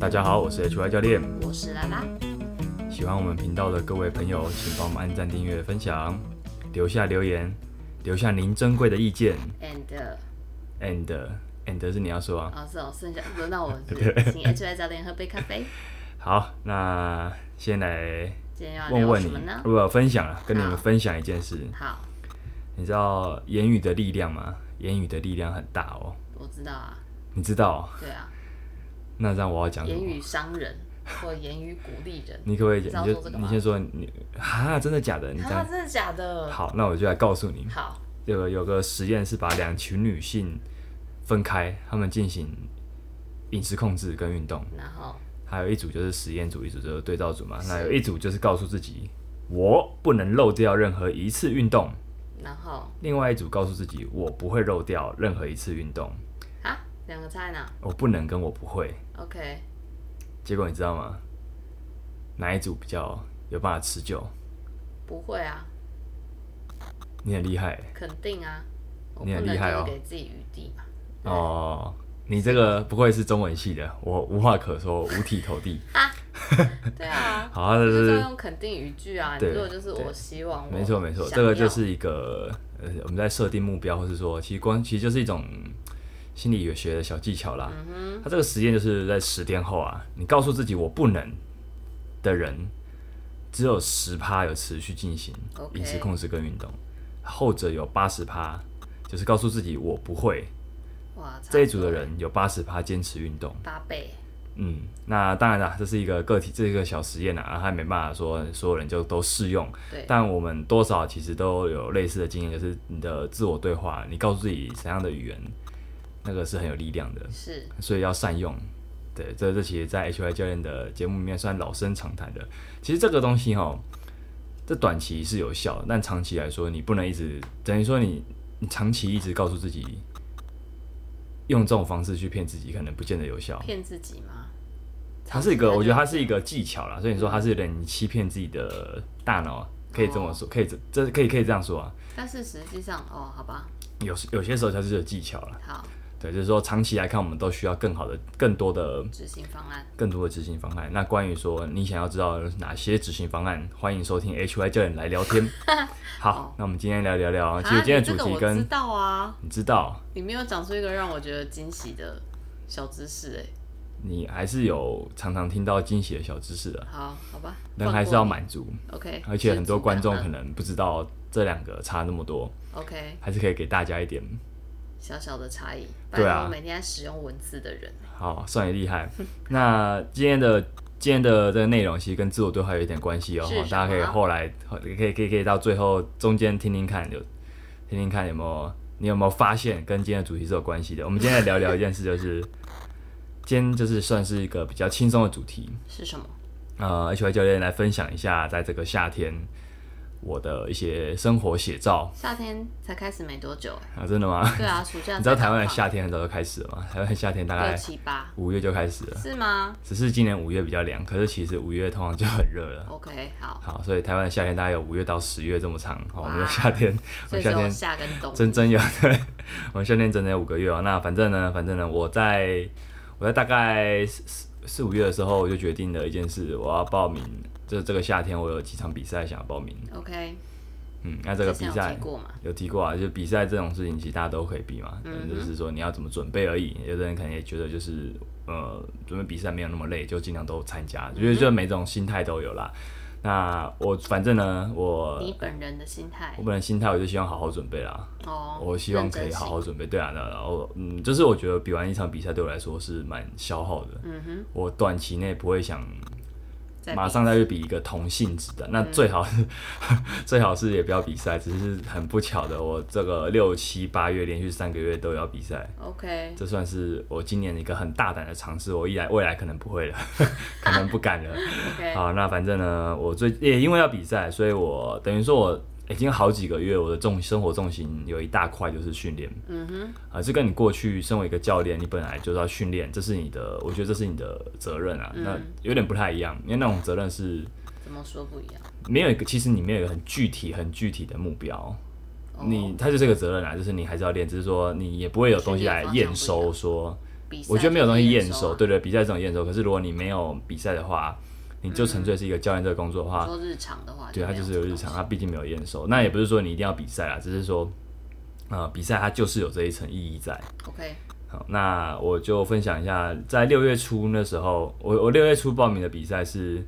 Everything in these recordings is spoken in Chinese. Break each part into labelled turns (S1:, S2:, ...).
S1: 大家好，我是 HY 教练。
S2: 我是拉拉，
S1: 喜欢我们频道的各位朋友，请帮我们按赞、订阅、分享，留下留言，留下您珍贵的意见。
S2: and 呃
S1: And 呃 and 是你要说啊。
S2: 哦是哦，剩下轮到我是请 H Y 教练喝杯咖啡。
S1: 好，那先来
S2: 今天要
S1: 问
S2: 聊
S1: 问
S2: 什
S1: 你
S2: 么呢，？
S1: 不分享啊，跟你们
S2: 好
S1: 分享一件事。
S2: 好，
S1: 你知道言语的力量吗？言语的力量很大哦。
S2: 我知道啊，
S1: 你知道哦、
S2: 对啊，
S1: 那这样我要讲什
S2: 言
S1: 么？。
S2: 语伤人或言语鼓励人
S1: 你可不可以
S2: 知道
S1: 讲？
S2: 做
S1: 你就
S2: 这个
S1: 你
S2: 吗
S1: 先说你哈，真的假的？你这
S2: 啊，
S1: 样
S2: 真的假的？
S1: 好，那我就来告诉你，
S2: 好，
S1: 有有个实验是把两群女性分开，她们进行饮食控制跟运动，
S2: 然后
S1: 还有一组就是实验组，一组就是对照组嘛。
S2: 是
S1: 那有一组就是告诉自己，我不能漏掉任何一次运动；
S2: 然后
S1: 另外一组告诉自己，我不会漏掉任何一次运动，
S2: 啊，两个菜呢
S1: 我不能跟我不会。
S2: ？OK，
S1: 结果你知道吗？哪一组比较有办法持久？
S2: 不会啊，
S1: 你很厉害
S2: 肯定啊，我不
S1: 你很
S2: 能
S1: 厉害哦
S2: 就是给自己余地嘛。对
S1: 哦，你这个不愧是中文系的，我无话可说，五体投地。
S2: 对啊，
S1: 好，那
S2: 就
S1: 就是
S2: 要
S1: 是
S2: 用肯定语句啊。你
S1: 对
S2: 如果就是我
S1: 对
S2: 希望我，
S1: 没错没错，
S2: 哦想
S1: 这个就
S2: 要
S1: 是一个呃，我们在设定目标，或是说，其实光其实就是一种心理学的小技巧啦。
S2: 嗯
S1: 他这个实验就是在十天后啊，你告诉自己我不能的人，只有十趴有持续进行
S2: OK
S1: 饮食控制跟运动，后者有八十趴就是告诉自己我不会。
S2: 啊哇，
S1: 这一组的人有八十趴坚持运动。
S2: 八倍，
S1: 嗯，那当然啦，这是一个个体，这是一个小实验啦，啊，还没办法说所有人就都适用。
S2: 对，
S1: 但我们多少其实都有类似的经验，就是你的自我对话，你告诉自己怎样的语言，那个是很有力量的，
S2: 是
S1: 所以要善用。对，这这其实，在 HY 教练的节目里面算老生常谈的。其实这个东西哈，这短期是有效，但长期来说，你不能一直等于说你你长期一直告诉自己用这种方式去骗自己，可能不见得有效。
S2: 骗自己吗？
S1: 它是一个，我觉得它
S2: 是。
S1: 是一个技巧啦，所以你说它是有点欺骗自己的大脑，啊可以这么
S2: 哦
S1: 说，可以这这可以可以这样说啊。
S2: 但是实际上，哦，好吧，
S1: 有时有些时候它是有技巧啦，
S2: 好，
S1: 对，就是说长期来看，我们都需要更好的、更多的、
S2: 执行方案，
S1: 更多的执行方案。那关于说你想要知道哪些执行方案，欢迎收听 HY 教练来聊 天。好，那我们今天来聊聊，其实
S2: 哦啊
S1: 今天的
S2: 你这
S1: 主
S2: 个
S1: 题
S2: 我
S1: 跟
S2: 知道啊，
S1: 你知道，
S2: 你没有讲出一个让我觉得惊喜的小知识哎、
S1: 你还是有常常听到惊喜的小知识的，
S2: 好好吧，
S1: 人还是要满足，
S2: 放过你，OK，
S1: 而且很多观众可
S2: 知
S1: 能不知道这两个差那么多。
S2: 足感恩 OK
S1: 还是可以给大家一点。
S2: 小小的差异，
S1: 对啊
S2: 拜托每天在使用文字的人，
S1: 好，算你厉害。那今天的今天的这个内容其实跟自我对话有一点关系哦
S2: 是什，么
S1: 大家可以后来可以可以可以可以到最后中间听听看，有听听看有没有你有没有发现跟今天的主题是有关系的。我们今天来聊聊一件事，就是 今天就是算是一个比较轻松的主题。
S2: 是什么？
S1: 呃，H Y 教练来分享一下，在这个夏天我的一些生活写照
S2: 夏天才开始没多久 哎、
S1: 啊，真的 吗？
S2: 对啊，暑假
S1: 你知道
S2: 才
S1: 台湾的
S2: 刚
S1: 夏天很早就开始了吗？台湾的夏天大
S2: 放六
S1: 概
S2: 七八
S1: 五月就开始了。
S2: 是吗
S1: 只是今年五月比较凉，可是其实五月通常就很热了。
S2: ？OK，好，
S1: 好，所以台湾的夏天大概有五月到十月这么长。好，我们的
S2: 哇
S1: 夏 天，我们
S2: 啊所以只
S1: 夏
S2: 有
S1: 天
S2: 夏跟冬，
S1: 真真有，对，我们夏天整整有五个月哦。那反正呢，反正呢，我在我在大概四四四五月的时候，我就决定了一件事，我要报名。就是这个夏天，我有几场比赛想要报名。
S2: OK，
S1: 嗯，那这个比
S2: 之前有
S1: 赛
S2: 提过嘛？
S1: 有提过啊，就比赛这种事情，其实大家都可以比嘛，嗯，就是说你要怎么准备而已。有的人可能也觉得就是呃，准备比赛没有那么累，就尽量都参加，就是
S2: 嗯
S1: 就每种心态都有啦。那我反正呢，我
S2: 你本人的心态
S1: 我本来心态我就希望好好准备啦，
S2: 哦，
S1: 我希望
S2: 认
S1: 可
S2: 真
S1: 以好
S2: 性
S1: 好准备。对啊，那然后嗯，就是我觉得比完一场比赛对我来说是蛮消耗的，
S2: 嗯哼，
S1: 我短期内不会想
S2: 再
S1: 马
S2: 比嗯
S1: 上再去比一个同性质的，那最好是、 最好是也不要比赛，只是很不巧的，我这个六七八月连续三个月都要比赛，
S2: OK，
S1: 这算是我今年一个很大胆的尝试。我一来未来可能不会了， 可能不敢了。
S2: OK，
S1: 好，那反正呢，我最也因为要比赛，所以我等于说我已经好几个月我的重生活重心有一大块就是训练。
S2: 嗯哼，
S1: 啊，这跟你过去身为一个教练，你本来就是要训练，这是你的，我觉得这是你的责任
S2: 嗯
S1: 啊。那有点不太一样，因为那种责任是
S2: 怎么说不一样？
S1: 没有一个，其实你没有一个很具体、很具体的目标，
S2: 哦
S1: 你它就是个责任啊，就是你还是要练，只是说你也不会有东西来验
S2: 训练方向不
S1: 收
S2: 一
S1: 说
S2: 比赛
S1: 我觉得没有东西
S2: 就是
S1: 验
S2: 验
S1: 收，
S2: 啊，
S1: 对对，比赛这种验收。可是如果你没有比赛的话，你
S2: 嗯
S1: 就纯粹是一个教练这个工作的话，
S2: 说日常的话，
S1: 对，它
S2: 没
S1: 就是
S2: 这
S1: 有
S2: 个
S1: 日
S2: 东
S1: 常，啊
S2: 西
S1: 它毕竟没有验收。那也不是说你一定要比赛啊啦，只是说，呃，比赛它就是有这一层意义在。
S2: OK，
S1: 好，那我就分享一下，在六月初那时候，我我六月初报名的比赛是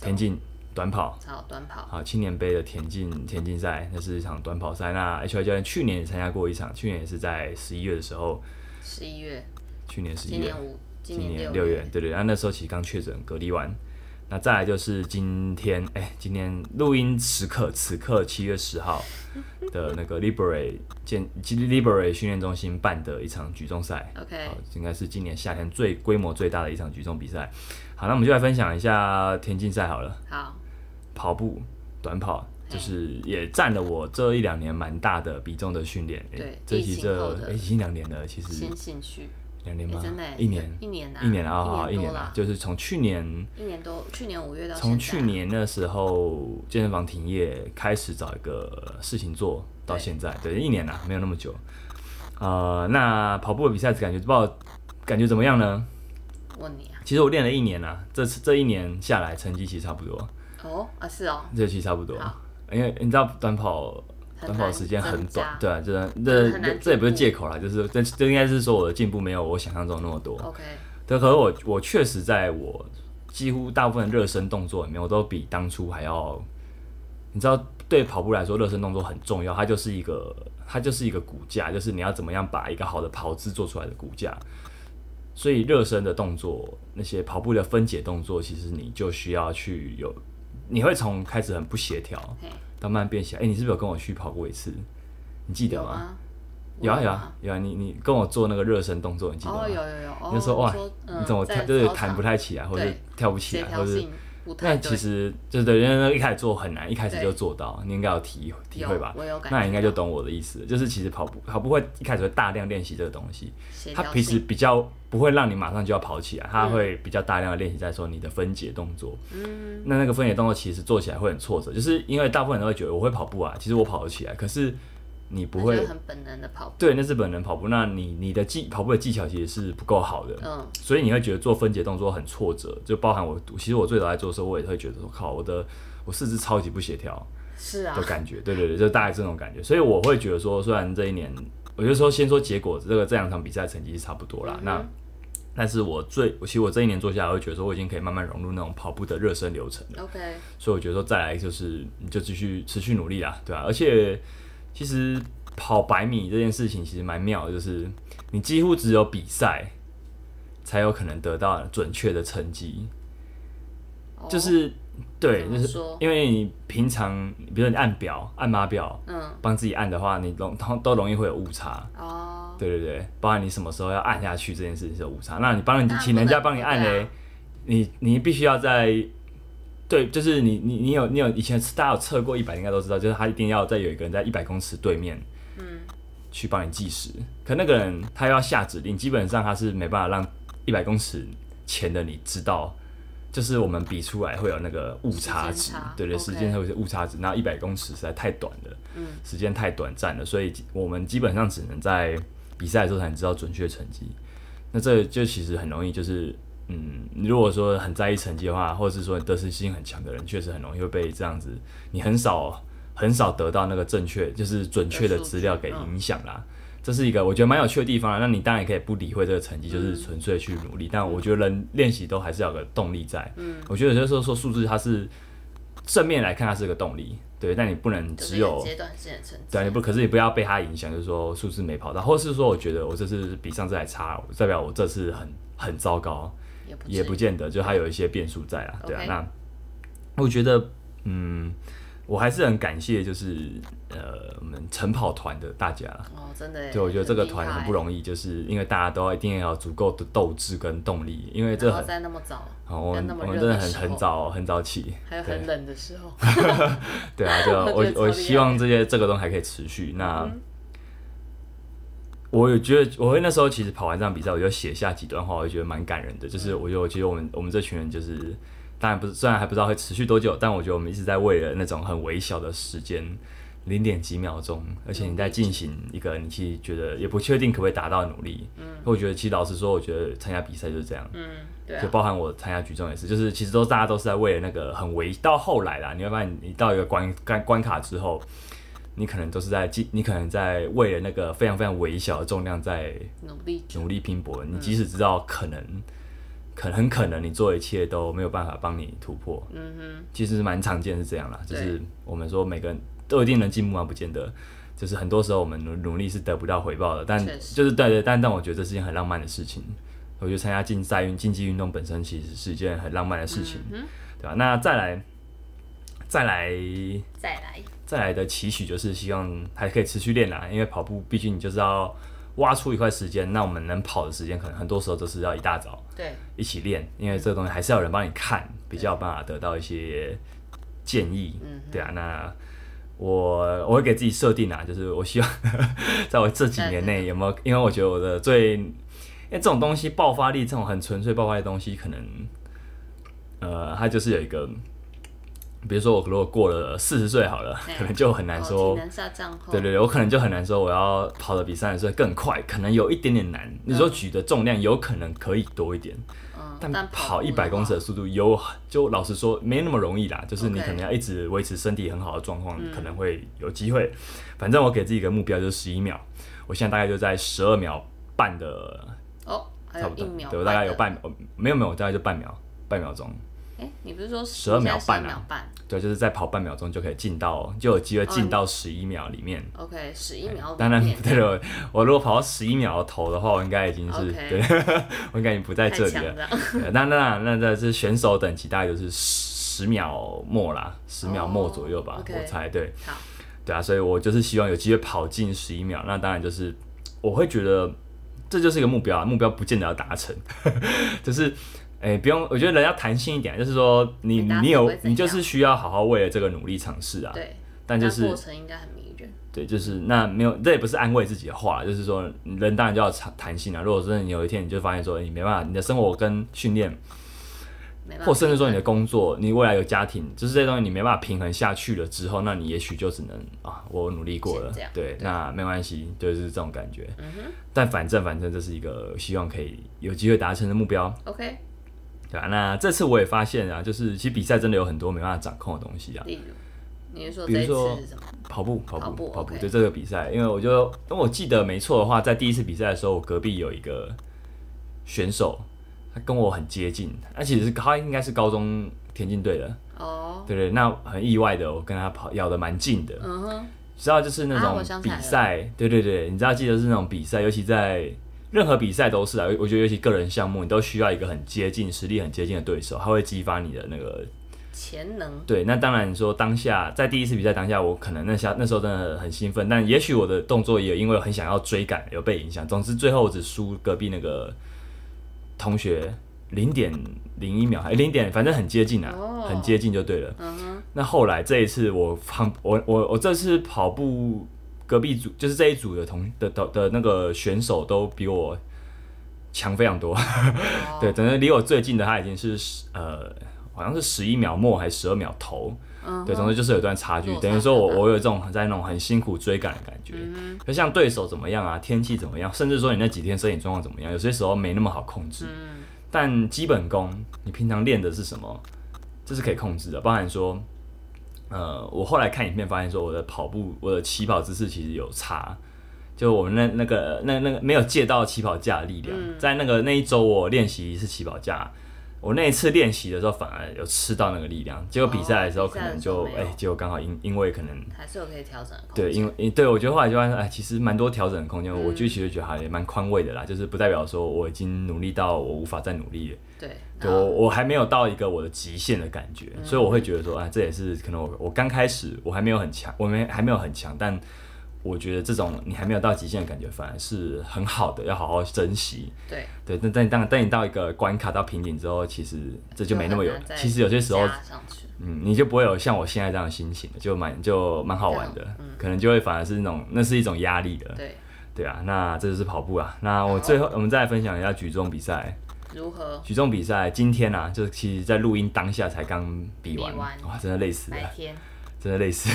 S1: 田径短跑，
S2: 好，短跑，
S1: 好青年杯的田径田径赛，那是一场短跑赛。那 H Y 教练去年也参加过一场，去年也是在十一月的时候，
S2: 十一月，
S1: 去年十一
S2: 今
S1: 月
S2: 年，五，
S1: 今
S2: 年
S1: 六
S2: 月，
S1: 对对，然后那时候其实刚确诊隔离完。那再来就是今天，哎、今天录音时刻，此刻七月十 号的那个 Liberate 健 Liberate 训练中心办的一场举重赛。
S2: OK，
S1: 好，应该是今年夏天最规模最大的一场举重比赛。好，那我们就来分享一下田径赛好了，
S2: 好，
S1: 跑步、短跑，就
S2: 嘿
S1: 是也占了我这一两年蛮大的比重的训练。诶
S2: 对
S1: 这
S2: 疫
S1: 其
S2: 情
S1: 这
S2: 后的
S1: 诶已经两年了，其实
S2: 新兴趣，
S1: 两年
S2: 哎
S1: 吗
S2: 真的耶，？
S1: 一年，
S2: 一年啊，
S1: 一年了，哦好，一
S2: 一
S1: 年
S2: 年多
S1: 了
S2: 啦，，
S1: 就是从去年。啊
S2: 一年多，去年五月到
S1: 从
S2: 现
S1: 去
S2: 在，
S1: 年那时候健身房停业，开始找一个事情做到
S2: 对
S1: 现在，对，一年啦、没有那么久。呃，那跑步的比赛感觉不知道感觉怎么样呢？
S2: 问你啊，
S1: 其实我练了一年啦、这次这一年下来成绩其实差不多，
S2: 哦啊是哦，
S1: 这期差不多
S2: 好，
S1: 因为你知道短跑
S2: 很
S1: 短跑
S2: 难
S1: 时间很
S2: 增
S1: 短
S2: 加，
S1: 对啊，这
S2: 就是
S1: 这
S2: 很难
S1: 这这也不是
S2: 进
S1: 借口啦，就是这这应该是说我的进步没有我想象中那么多，
S2: ，OK，
S1: 对，可是我我确实在我几乎大部分热身动作里面，我都比当初还要，你知道，对跑步来说，热身动作很重要，它就是一个它就是一个骨架，就是你要怎么样把一个好的跑姿做出来的骨架。所以热身的动作，那些跑步的分解动作，其实你就需要去有，你会从开始很不协调，
S2: 嘿，
S1: 到慢慢变协调。哎、你是不是有跟我去跑过一次？你记得
S2: 有
S1: 吗？
S2: 吗？
S1: 有啊
S2: 我
S1: 有啊，有啊，你你跟我做那个热身动作，你记得吗？
S2: 哦有有有，哦
S1: 你就说哇，
S2: 嗯
S1: 你怎么
S2: 在
S1: 弹就是
S2: 操
S1: 弹不
S2: 场
S1: 太起来，或者
S2: 对
S1: 跳不起
S2: 协
S1: 来，啊或
S2: 调
S1: 者
S2: 性不太
S1: 那
S2: 对，
S1: 其实就是对，因为那一开始做很难，一开始
S2: 对
S1: 就做到，你应该有体体
S2: 有
S1: 会吧？
S2: 我有感觉到，
S1: 那你应该就懂我的意思，就是其实跑步跑步会一开始会大量练习这个东西，
S2: 协
S1: 它
S2: 调
S1: 平时
S2: 性，
S1: 比较不会让你马上就要跑起来，它
S2: 嗯
S1: 会比较大量的练习在说你的分解动作。
S2: 嗯，
S1: 那那个分解动作其实做起来会很挫折，就是因为大部分人都会觉得我会跑步啊，其实我跑得起来，可是你不
S2: 那
S1: 会
S2: 就很本能的跑步，
S1: 对那是本能跑步，那你你的技跑步的技巧其实是不够好的。
S2: 嗯，
S1: 所以你会觉得做分解动作很挫折，就包含我，其实我最早在做的时候，我也会觉得说，靠，我的我四肢超级不协调
S2: 是啊
S1: 的，感觉，对对对，就大概这种感觉。所以我会觉得说，虽然这一年，我就说先说结果，这个这两场比赛成绩是差不多啦，
S2: 嗯哼
S1: 那但是我最，其实我这一年做下来，我会觉得说我已经可以慢慢融入那种跑步的热身流程了。
S2: OK，
S1: 所以我觉得说再来就是你就继续持续努力啦，对吧、啊而且其实跑百米这件事情其实蛮妙的，就是你几乎只有比赛才有可能得到准确的成绩，
S2: 哦
S1: 就是对，
S2: 怎
S1: 就
S2: 么
S1: 是
S2: 说
S1: 因为你平常比如说你按表按码表
S2: 嗯，
S1: 帮自己按的话，你容都都容易会有误差。
S2: 哦，
S1: 对对对，包含你什么时候要按下去这件事情是有误差。那你帮人
S2: 那
S1: 请
S2: 啊不
S1: 人家
S2: 能
S1: 帮你
S2: 不
S1: 按
S2: 对
S1: 嘞
S2: 啊，
S1: 你你必须要在对，就是你你你有你有以前大家有测过一百，应该都知道，就是他一定要在有一个人在一百公尺对面
S2: 嗯，
S1: 去帮你计时，可那个人他要下指令，基本上他是没办法让一百公尺前的你知道。就是我们比出来会有那个误差值
S2: 时间差，
S1: 对对，
S2: OK
S1: 时间会有些误差值。那一百公尺实在太短了，
S2: 嗯，
S1: 时间太短暂了，所以我们基本上只能在比赛的时候才能知道准确成绩。那这就其实很容易，就是嗯，你如果说很在意成绩的话，或者是说你得失心很强的人，确实很容易会被这样子，你很少很少得到那个正确，就是准确的资料给影响啦。这是一个我觉得蛮有趣的地方啦。那你当然也可以不理会这个成绩，就是纯粹去努力。但我觉得人练习都还是要有个动力在。
S2: 嗯，
S1: 我觉得有些时候说数字它是正面来看它是个动力，对，但你不能
S2: 就
S1: 只
S2: 是一个
S1: 有
S2: 阶段性的成绩，
S1: 对啊，你不，可是你不要被他影响，就是说数字没跑到，或是说我觉得我这次比上次还差，代表我这次很很糟糕，
S2: 也不
S1: 也不
S2: 至于
S1: 见得，就它有一些变数在啊，对啊
S2: OK
S1: 那我觉得，嗯，我还是很感谢，就是呃，我们晨跑团的大家，
S2: 哦，真的耶，
S1: 对，我觉得这个
S2: 厉
S1: 团很
S2: 害
S1: 不容易，就是因为大家都要一定要有足够的斗志跟动力，因为这
S2: 然后
S1: 很，
S2: 在那么早，
S1: 好我们
S2: 跟那么
S1: 我们
S2: 热
S1: 真的
S2: 的
S1: 很
S2: 时
S1: 很
S2: 候
S1: 早很早起，
S2: 还有
S1: 对
S2: 很冷的时候，
S1: 对啊，对啊，
S2: 我
S1: 我
S2: 觉得
S1: 我
S2: 超厉害嗯
S1: 希望这些这个东西还可以持续。那、我有觉得，我会那时候其实跑完这场比赛，我就写下几段话，我就觉得蛮感人的。就是
S2: 嗯
S1: 我觉得，我觉得我们我们这群人就是，当然不是，虽然还不知道会持续多久，但我觉得我们一直在为了那种很微小的时间零点几秒钟，而且你在进行一个你其实觉得也不确定可不可以达到的努力。嗯，我觉得其实老实说，我觉得参加比赛就是这样，
S2: 嗯，对
S1: 就
S2: 啊，
S1: 包含我参加举重也是，就是其实都大家都是在为了那个很危，到后来啦，你会发现你到一个关关关卡之后，你可能都是在进，你可能在为了那个非常非常微小的重量在
S2: 努力着
S1: 努力拼搏。
S2: 嗯
S1: 你即使知道可能，可很可能你做一切都没有办法帮你突破，
S2: 嗯
S1: 其实蛮常见是这样啦，就
S2: 对
S1: 是我们说每个人都一定能进步吗？啊不见得，就是很多时候我们努努力是得不到回报的，但
S2: 确实
S1: 就是对对，但但我觉得这是一件很浪漫的事情。我觉得参加竞赛运竞技运动本身其实是一件很浪漫的事情，
S2: 嗯
S1: 对吧、那再来，再来，
S2: 哼，再来，
S1: 再来的期许就是希望还可以持续练啦，因为跑步毕竟你就是要挖出一块时间，那我们能跑的时间可能很多时候都是要一大早。
S2: 对，
S1: 一起练，因为这个东西还是要有人帮你看，比较有办法得到一些建议。
S2: 嗯
S1: 对啊，那我我会给自己设定啊，就是我希望 在我这几年内
S2: 嗯
S1: 有没有，因为我觉得我的最，因为这种东西爆发力，这种很纯粹爆发力的东西，可能呃，它就是有一个。比如说，我如果过了四十岁好了，
S2: 嗯
S1: 可能就很难说，
S2: 体能下降后，
S1: 对对对，我可能就很难说我要跑得比三十岁更快，可能有一点点难。你说举的重量有可能可以多一点，
S2: 嗯，
S1: 但跑
S2: 跑
S1: 一百公尺的
S2: 尺，
S1: 速度有，就老实说没那么容易啦。就是你
S2: OK 嗯
S1: 可能要一直维持身体很好的状况，可能会有机会。反正我给自己一个目标就是十一秒，我现在大概就在十二秒半的，
S2: 哦，还
S1: 差
S2: 有
S1: 不
S2: 一
S1: 多，
S2: 秒，
S1: 对我大概有，半，哦没有没有，大概就半秒，半秒钟。
S2: 哎，你不是说
S1: 12秒半啊
S2: 12秒半
S1: 对，就是再跑半秒钟就可以进到，就有
S2: 哦
S1: 机会进到十一秒里面。
S2: ？OK，十一秒，
S1: 哎当然，对了，我如果跑到十一秒头的话，我应该已经是
S2: OK
S1: 对， 我应该已经不在
S2: 太
S1: 这里
S2: 强
S1: 了。
S2: 了，
S1: 对那那那那这选手等级大概就是十十秒末啦，十秒末左右吧
S2: 哦，，OK
S1: 我猜对
S2: 好，
S1: 对啊，所以我就是希望有机会跑进十一秒。那当然就是我会觉得这就是一个目标啊，目标不见得要达成， 就是。哎、不用，我觉得人要弹性一点，就是说你
S2: 你达成
S1: 你有
S2: 会怎
S1: 你就是
S2: 样
S1: 需要好好为了这个努力尝试啊。
S2: 对，
S1: 但就是
S2: 过程应该很迷人，
S1: 对，就是那没有，这也不是安慰自己的话，就是说人当然就要弹弹性啊。如果真的你有一天你就发现说你没办法，你的生活跟训练，
S2: 没办法，
S1: 或甚至说你的工作，你未来有家庭，就是这些东西你没办法平衡下去了之后，那你也许就只能啊，我努力过了
S2: 先这样，
S1: 对，
S2: 对
S1: 那没关系，就是这种感觉。
S2: 嗯
S1: 但反正反正这是一个希望可以有机会达成的目标，
S2: OK，
S1: 对吧、那这次我也发现啊，就是其实比赛真的有很多没办法掌控的东西啊，
S2: 例如，你是说
S1: 比如
S2: 这一
S1: 说
S2: 次是什么？
S1: 跑步，跑步，
S2: 跑
S1: 跑
S2: 步
S1: 步，
S2: OK
S1: 对这个比赛，因为我就，因为我记得没错的话，在第一次比赛的时候，我隔壁有一个选手，他跟我很接近，他其实是他应该是高中田径队的，
S2: 哦，
S1: 对对，那很意外的，我跟他跑咬得蛮近的，
S2: 嗯哼，
S1: 知道就是那
S2: 啊我想
S1: 种
S2: 起
S1: 比
S2: 来了
S1: 赛，对对对，你知道记得是那种比赛，尤其在任何比赛都是啊，我我觉得尤其个人项目，你都需要一个很接近实力很接近的对手，他会激发你的那个
S2: 潜能，
S1: 对，那当然说当下在第一次比赛当下，我可能那下那时候真的很兴奋，但也许我的动作也因为很想要追赶有被影响。总之最后我只输隔壁那个同学零点零一秒，还零点反正很接近啊，
S2: 哦
S1: 很接近就对了。
S2: 嗯哼，
S1: 那后来这一次我旁我我我这次跑步隔壁组就是这一组的同的的的那个选手都比我强非常多。
S2: 哦
S1: 对，等于离我最近的他已经是十呃，好像是十一秒末还是十二秒头，
S2: 嗯
S1: 对，总之就是有一段差距
S2: 落，差
S1: 等于说我
S2: 很大嗯
S1: 我有这种很在那种很辛苦追赶的感觉，就像对手怎么样啊，天气怎么样，甚至说你那几天身体状况怎么样，有些时候没那么好控制，
S2: 嗯，
S1: 但基本功你平常练的是什么，这是可以控制的，包含说。呃，我后来看影片发现，说我的跑步，我的起跑姿势其实有差，就我们那那个那那个没有借到起跑架的力量，
S2: 嗯
S1: 在那个那一周我练习一次起跑架，我那一次练习的时候反而有吃到那个力量，结果比赛的时候
S2: 哦比
S1: 可
S2: 赛的
S1: 能
S2: 时
S1: 就
S2: 候没
S1: 哎、
S2: 有
S1: 结果刚好因因为可能
S2: 还是有可以调整的空间
S1: 对，因为因对我觉得后来就发现，哎，其实蛮多调整的空间，
S2: 嗯
S1: 我就其实觉得还蛮宽慰的啦，就是不代表说我已经努力到我无法再努力了。
S2: 对，
S1: 对我我还没有到一个我的极限的感觉，所以我会觉得说，啊，这也是可能我我刚开始我还没有很强，我没还没有很强，但我觉得这种你还没有到极限的感觉，反而是很好的，要好好珍惜。
S2: 对，
S1: 对，但但你当但你到一个关卡到瓶颈之后，其实这就没那么有
S2: 很难，再
S1: 其实有些时候，
S2: 加上去，
S1: 嗯，你就不会有像我现在这样的心情了，就蛮就蛮好玩的，
S2: 啊嗯
S1: 可能就会反而是那种那是一种压力的，
S2: 对，
S1: 对啊，那这就是跑步啊。那我最
S2: 哦
S1: 后我们再来分享一下举重比赛。
S2: 如何
S1: 举重比赛今天啊，就是其实在录音当下才刚比完，
S2: 比完哎
S1: 哇，真的累死了
S2: 白。天
S1: 真的累死。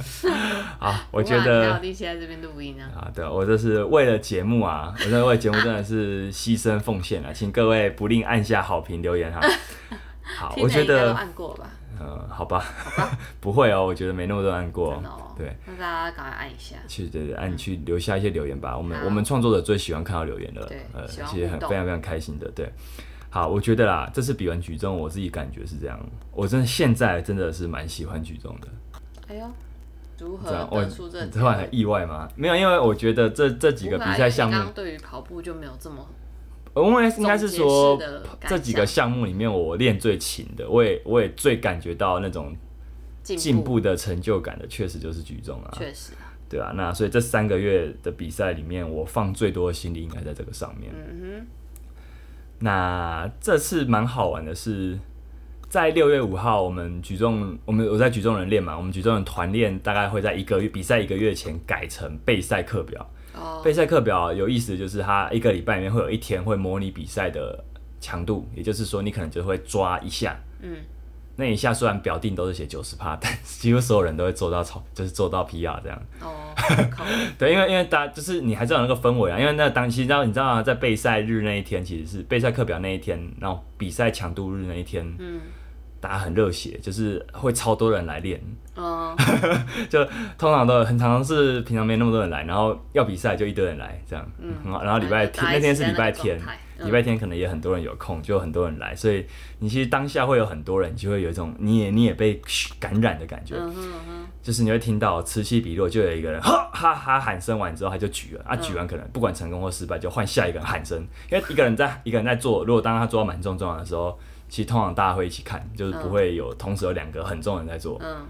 S1: 啊，我
S2: 不
S1: 觉
S2: 然
S1: 得
S2: 哪有力气在这边录音啊。
S1: 啊，对，我这是为了节目啊，我这为节目真的是牺牲奉献啊，请各位不吝按下好评留 言哈。好，啊
S2: 听
S1: 我
S2: 的
S1: 觉
S2: 应该都
S1: 得，
S2: 按过吧，
S1: 呃，好吧， 不会哦，我觉得没那么多人按过
S2: 真的哦，
S1: 对，
S2: 那大家赶快按一下。
S1: 去对对，按去留下一些留言吧，我们
S2: 好
S1: 我们创作者最喜欢看到留言了
S2: 对，
S1: 呃，
S2: 喜欢
S1: 其实很
S2: 互动
S1: 非常非常开心的，对。好，我觉得啦，这次比完举重，我自己感觉是这样，我真的现在真的是蛮喜欢举重的。
S2: 哎呦，如何
S1: 这样，我
S2: 得出这
S1: 你
S2: 个
S1: 突然很意外吗？没有，因为我觉得这这几个比赛项目
S2: 我本来以为你刚，刚对于跑步就没有这么
S1: 呃因为应该是说
S2: 总结式的感想
S1: 这几个项目里面，我练最勤的，我也我也最感觉到那种进
S2: 进步，
S1: 步的成就感的，确实就是举重啊，
S2: 确实，
S1: 对啊，那所以这三个月的比赛里面，我放最多的心力应该在这个上面。
S2: 嗯
S1: 那这次蛮好玩的是，在六月五号，我们举重，我们我在举重人练嘛，我们举重人团练大概会在一个月比赛一个月前改成备赛课表。
S2: 哼，哦，
S1: 备赛课表有意思的就是，它一个礼拜里面会有一天会模拟比赛的强度，也就是说，你可能就会抓一下。
S2: 嗯，
S1: 那一下虽然表定都是写九十趴，但是几乎所有人都会做到超，就是做到 PR 这样。
S2: 哦，靠
S1: 对，因为因为大家就是你还是要有那个氛围啊，因为那个当其实到你知道啊在备赛日那一天，其实是备赛课表那一天，然后比赛强度日那一天，
S2: 嗯，
S1: 大家很热血，就是会超多人来练，
S2: 嗯，
S1: 通常都很常常是平常没那么多人来，然后要比赛就一堆人来这样，
S2: 嗯
S1: 很好。然后礼拜天那天是礼拜天，礼
S2: 礼
S1: 拜天可能也很多人有空，就有很多人来，所以你其实当下会有很多人，你就会有一种你也你也被感染的感觉，
S2: 嗯哼嗯
S1: 就是你会听到此起彼落，就有一个人哈哈哈喊声完之后，他就举了啊，
S2: 嗯
S1: 举完可能不管成功或失败，就换下一个人喊声，因为一个人在一个人在做，如果当他做到蛮重重的时候，其实通常大家会一起看，就是不会
S2: 嗯
S1: 有同时有两个很重的人在做
S2: 哼，，嗯，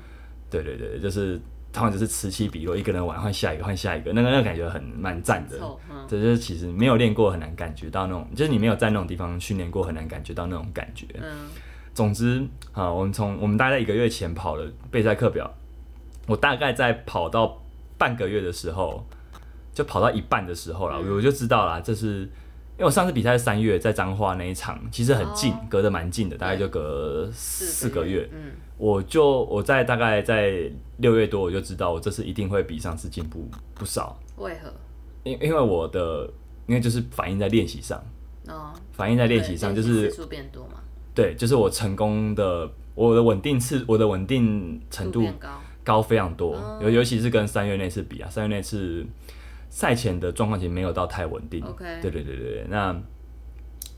S1: 对对对，就是通常就是此起彼落，一个人玩换下一个换下一个，那个那个感觉很蛮赞的，
S2: 凑，嗯，
S1: 这就是其实没有练过很难感觉到那种，就是你没有在那种地方训练过很难感觉到那种感觉，
S2: 嗯，
S1: 总之啊，我们从我们大概一个月前跑了备赛课表，我大概在跑到半个月的时候，就跑到一半的时候了，
S2: 嗯
S1: 我就知道啦，这是因为我上次比赛是三月在彰化那一场，其实很近，
S2: 哦
S1: 隔得蛮近的，大概就隔四个月。，
S2: 嗯，
S1: 我就我在大概在六月多我就知道，我这次一定会比上次进步不少，
S2: 为何？
S1: 因因为我的因为就是反映在练习上，
S2: 哦，
S1: 反映在练习上
S2: 对
S1: 就是
S2: 次数变多嘛，
S1: 对，就是我成功的，我的稳定次，我的稳定程度
S2: 变高，
S1: 高非常多，
S2: 哦
S1: 尤、尤其是跟三月那次比啊，三月那次赛前的状况其实没有到太稳定。
S2: OK
S1: 对对对对对，那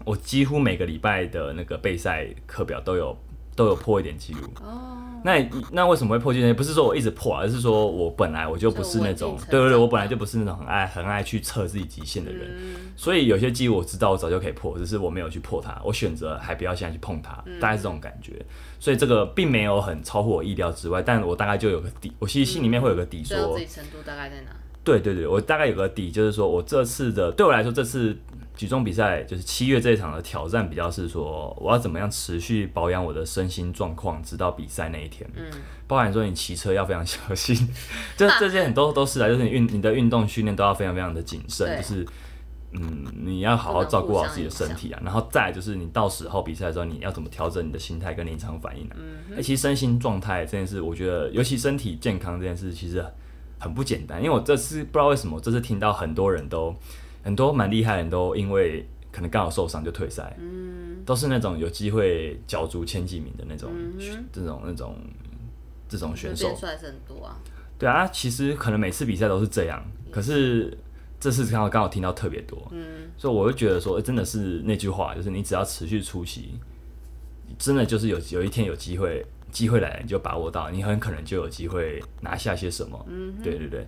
S1: 我几乎每个礼拜的那个备赛课表都有都有破一点记录。
S2: 哦，
S1: 那那为什么会破纪录？也不是说我一直破啊，而是说我本来我就不是那种
S2: 就稳定成，长
S1: 对对对，我本来就不是那种很爱很爱去测自己极限的人，
S2: 嗯，
S1: 所以有些记录我知道我早就可以破，只是我没有去破它，我选择还不要现在去碰它，
S2: 嗯
S1: 大概是这种感觉。所以这个并没有很超乎我意料之外，但我大概就有个底，我其实心里面会有个底
S2: 嗯知
S1: 说，
S2: 道自己程度大概在哪？
S1: 对对对，我大概有个底，就是说我这次的对我来说，这次举重比赛就是七月这一场的挑战比较是说，我要怎么样持续保养我的身心状况，直到比赛那一天。
S2: 嗯，
S1: 包含说你骑车要非常小心， 这这些很多都是啊，就是你运你的运动训练都要非常非常的谨慎，
S2: 对
S1: 就是嗯，你要好好照顾好自己的身体啊，然后再来就是你到时候比赛的时候，你要怎么调整你的心态跟临场反应啊？哎、其实身心状态这件事，我觉得尤其身体健康这件事，其实很不简单，因为我这次不知道为什么，我这次听到很多人都很多蛮厉害的人都因为可能刚好受伤就退赛，
S2: 嗯，
S1: 都是那种有机会角逐前几名的那种、
S2: 嗯哼
S1: 这种那种这种选
S2: 就
S1: 手
S2: 变。帅是很多啊，
S1: 对啊，其实可能每次比赛都是这样，可是这次刚好刚好听到特别多，
S2: 嗯，
S1: 所以我就觉得说，呃真的是那句话，就是你只要持续出席，真的就是有有一天有机会，机会来了你就把握到，你很可能就有机会拿下些什么。
S2: 嗯，
S1: 对对对，